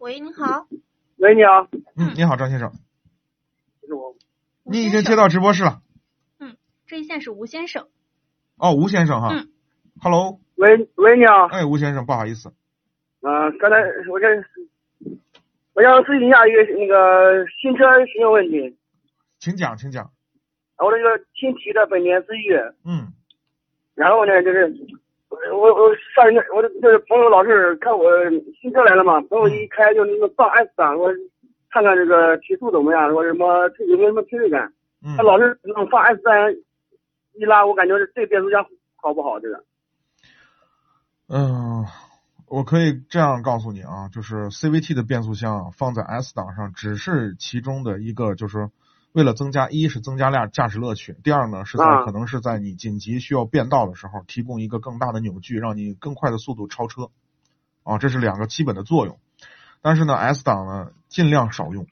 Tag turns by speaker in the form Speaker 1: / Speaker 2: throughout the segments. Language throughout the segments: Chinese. Speaker 1: 喂，您好，
Speaker 2: 喂，你好，
Speaker 1: 嗯
Speaker 3: 嗯，你好，张先生，
Speaker 2: 是我。
Speaker 1: 吴
Speaker 3: 你已
Speaker 1: 先
Speaker 3: 经
Speaker 1: 生
Speaker 3: 接到直播室了。
Speaker 1: 这一线是吴先生，
Speaker 3: 哦，吴先生哈、
Speaker 1: 嗯
Speaker 3: h e l l o
Speaker 2: 喂，喂，你好，
Speaker 3: 哎，吴先生，不好意思，
Speaker 2: 嗯、刚才我这我想咨询一下一个那个新车使用问题。
Speaker 3: 请讲，请讲。
Speaker 2: 我这个新提的本田思域，
Speaker 3: 嗯
Speaker 2: 然后呢就是我我我上人家我的就是朋友老是看我新车来了嘛，朋友一开就那个放 S 档，啊我看看这个提速怎么样，说什么有没有什么推背感。
Speaker 3: 嗯
Speaker 2: 他，老是那种放 S 档一拉，我感觉这变速箱好不好？这个
Speaker 3: 嗯、我可以这样告诉你啊，就是 CVT 的变速箱放在 S 档上，只是其中的一个，就是为了增加，一是增加驾驾驶乐趣，第二呢是在、
Speaker 2: 啊
Speaker 3: 可能是在你紧急需要变道的时候，提供一个更大的扭矩，让你更快的速度超车。啊，这是两个基本的作用。但是呢，S 档呢尽量少用。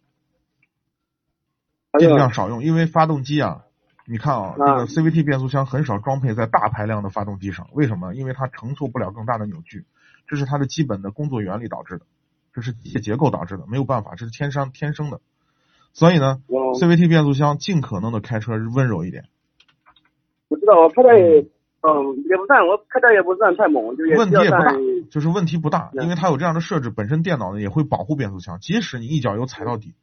Speaker 3: 尽
Speaker 2: 哎
Speaker 3: 量少用，因为发动机啊，你看啊，这
Speaker 2: 啊
Speaker 3: 个 CVT 变速箱很少装配在大排量的发动机上，为什么？因为它承受不了更大的扭矩，这是它的基本的工作原理导致的，这是机械结构导致的，没有办法，这是天生天生的。所以呢
Speaker 2: 我
Speaker 3: ，CVT 变速箱尽可能的开车温柔一点。
Speaker 2: 我知道，我开的也，嗯，也不算，我开的也不算太猛，就是也
Speaker 3: 问
Speaker 2: 比
Speaker 3: 题
Speaker 2: 较
Speaker 3: 也不
Speaker 2: 算
Speaker 3: 大，就是问题不大，
Speaker 2: 嗯
Speaker 3: 因为它有这样的设置，本身电脑呢也会保护变速箱，即使你一脚油踩到底，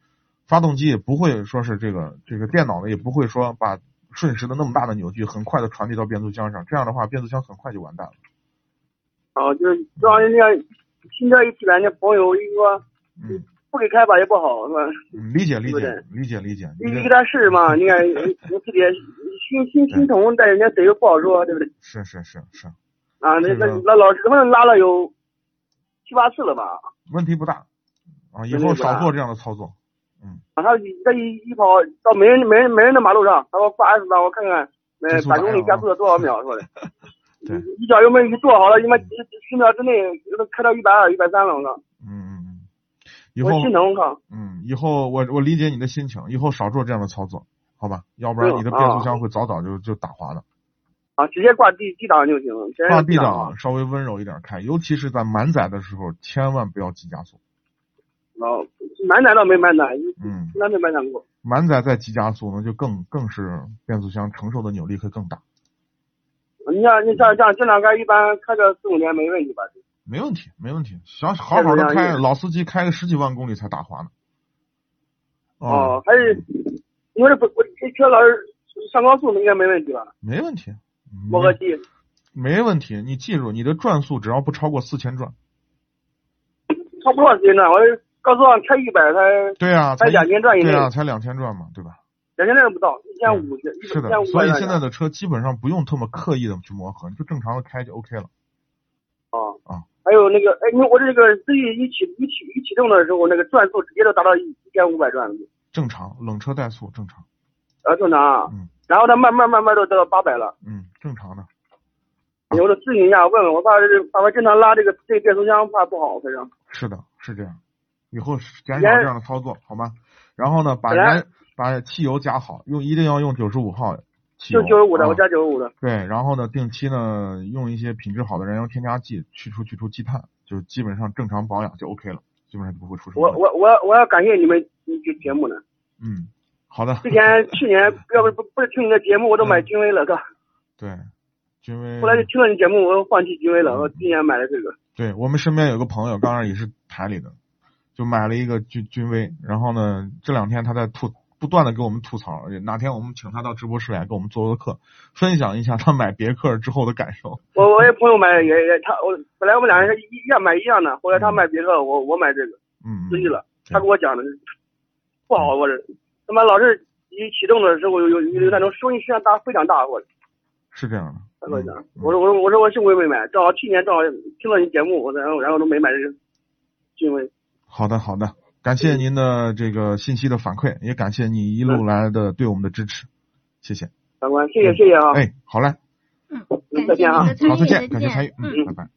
Speaker 3: 发动机也不会说是这个这个电脑呢也不会说把瞬时的那么大的扭矩很快的传递到变速箱上，这样的话变速箱很快就完蛋了。
Speaker 2: 哦，就是让人家新车一起来，那朋友一说
Speaker 3: 嗯，
Speaker 2: 不给开吧也不好，是吧？
Speaker 3: 嗯理解
Speaker 2: 对
Speaker 3: 理
Speaker 2: 不
Speaker 3: 解
Speaker 2: 对
Speaker 3: 理解理解，
Speaker 2: 你
Speaker 3: 你
Speaker 2: 给
Speaker 3: 这
Speaker 2: 他试嘛，你看你自己新新新同，但人家谁又不好说，对不对？
Speaker 3: 是是是是，
Speaker 2: 啊，那
Speaker 3: 是
Speaker 2: 那
Speaker 3: 的
Speaker 2: 那老师他们拉了有七八次了吧？
Speaker 3: 问题不大啊，以
Speaker 2: 问题
Speaker 3: 后
Speaker 2: 不大
Speaker 3: 少做这样的操作。
Speaker 2: 啊，他一他一一跑到没人没人没人的马路上，他说放 S 档，我看看，呃
Speaker 3: 极，速
Speaker 2: 百
Speaker 3: 档
Speaker 2: 公里加速了多少秒，说的。
Speaker 3: 对
Speaker 2: 一一脚油门一跺好了，他妈几十秒之内都开到一百二、一百三了，我靠！
Speaker 3: 嗯嗯嗯，以后
Speaker 2: 我心疼，我靠！
Speaker 3: 嗯，以后我我理解你的心情，以后少做这样的操作，好吧？要不然
Speaker 2: 嗯
Speaker 3: 你的变
Speaker 2: 啊
Speaker 3: 速箱会早早就就打滑的。
Speaker 2: 啊，直接挂 D D 档就行，直接
Speaker 3: 挂 D
Speaker 2: 档
Speaker 3: 啊档。稍微温柔一点开，尤其是在满载的时候，千万不要急加速。
Speaker 2: 然后满载倒没满载，
Speaker 3: 嗯，
Speaker 2: 从来没满载过。
Speaker 3: 满载再急加速呢，就更更是变速箱承受的扭力会更大。
Speaker 2: 你像你像像这两杆一般开个四五年没问题吧？
Speaker 3: 没问题，没问题，想好好的
Speaker 2: 这个
Speaker 3: 开，
Speaker 2: 要
Speaker 3: 老司机开个十几万公里才打滑呢。啊
Speaker 2: 哦，还是你说这不我这车老是上高速应该没问题吧？
Speaker 3: 没问题，
Speaker 2: 磨合
Speaker 3: 没
Speaker 2: 机
Speaker 3: 没问题。你记住，你的转速只要不超过四千转。
Speaker 2: 超不多少时间呢？我这高速上开一百才
Speaker 3: 对啊，才
Speaker 2: 才两千转以内
Speaker 3: 对啊，才两千转嘛，对吧？
Speaker 2: 两千转不到，一千五一
Speaker 3: 嗯是的
Speaker 2: 千，五
Speaker 3: 所
Speaker 2: 百
Speaker 3: 以
Speaker 2: 转
Speaker 3: 现在的车基本上不用这么刻意的去磨合，你就正常的开就 OK 了。
Speaker 2: 啊
Speaker 3: 啊
Speaker 2: 还有那个哎，因为我这个思域一启一启一启动的时候，那个转速直接都达到一千五百转了。
Speaker 3: 正常，冷车怠速正常，
Speaker 2: 啊，正常啊。
Speaker 3: 嗯
Speaker 2: 然后它慢慢慢慢都到八百了，
Speaker 3: 嗯，正常的。啊
Speaker 2: 我得咨询一下，问问，我怕这怕我正常拉这个这变速箱怕不好，反正。
Speaker 3: 是的，是这样。以后是减
Speaker 2: 原
Speaker 3: 少这样的操作，好吗？然后呢，把
Speaker 2: 本来
Speaker 3: 燃把汽油加好，用一定要用九十五号汽
Speaker 2: 就
Speaker 3: 油，
Speaker 2: 九十五的，
Speaker 3: 啊
Speaker 2: 我加九十五的。
Speaker 3: 对，然后呢，定期呢用一些品质好的燃油添加剂去除去除积碳，就基本上正常保养就 OK 了，基本上就不会出什么
Speaker 2: 我
Speaker 3: 问题。
Speaker 2: 我我我要感谢你们你这节 目呢。
Speaker 3: 嗯，好的
Speaker 2: 之。前去年要不不不是听你的节目，我都买
Speaker 3: 嗯
Speaker 2: 君威了，哥。
Speaker 3: 对，君威。
Speaker 2: 后来就听了你节目，我又放弃君威
Speaker 3: 嗯
Speaker 2: 了，我今年买的这个。
Speaker 3: 对我们身边有个朋友，刚才也是台里的，就买了一个君君威，然后呢，这两天他在吐，不断的给我们吐槽，哪天我们请他到直播室来给我们做做客，分享一下他买别克之后的感受。
Speaker 2: 我我也朋友买也也他我本来我们俩人是一一样买一样的，后来他
Speaker 3: 嗯
Speaker 2: 买别克，我我买这个，
Speaker 3: 嗯，
Speaker 2: 注意了。他
Speaker 3: 对
Speaker 2: 跟我讲的不好，我这他妈老是一启动的时候有有有有那种声音非常大非常大，我
Speaker 3: 是这样的。
Speaker 2: 他跟我讲
Speaker 3: 嗯，
Speaker 2: 我说我说我说我幸亏没买，正好去年正好听了你节目，我然后然后都没买这个君威。
Speaker 3: 好的，好的，感谢您的这个信息的反馈，也感谢你一路来的对我们的支持，谢谢。
Speaker 2: 长官，谢谢谢谢啊。
Speaker 3: 哎，好嘞，
Speaker 1: 嗯，
Speaker 2: 嗯
Speaker 1: 感
Speaker 2: 再
Speaker 1: 谢
Speaker 2: 见啊
Speaker 1: 您的
Speaker 3: 嗯，好，
Speaker 1: 参
Speaker 3: 再
Speaker 1: 与，
Speaker 3: 见，感谢参与，
Speaker 1: 嗯。
Speaker 3: 嗯，拜拜。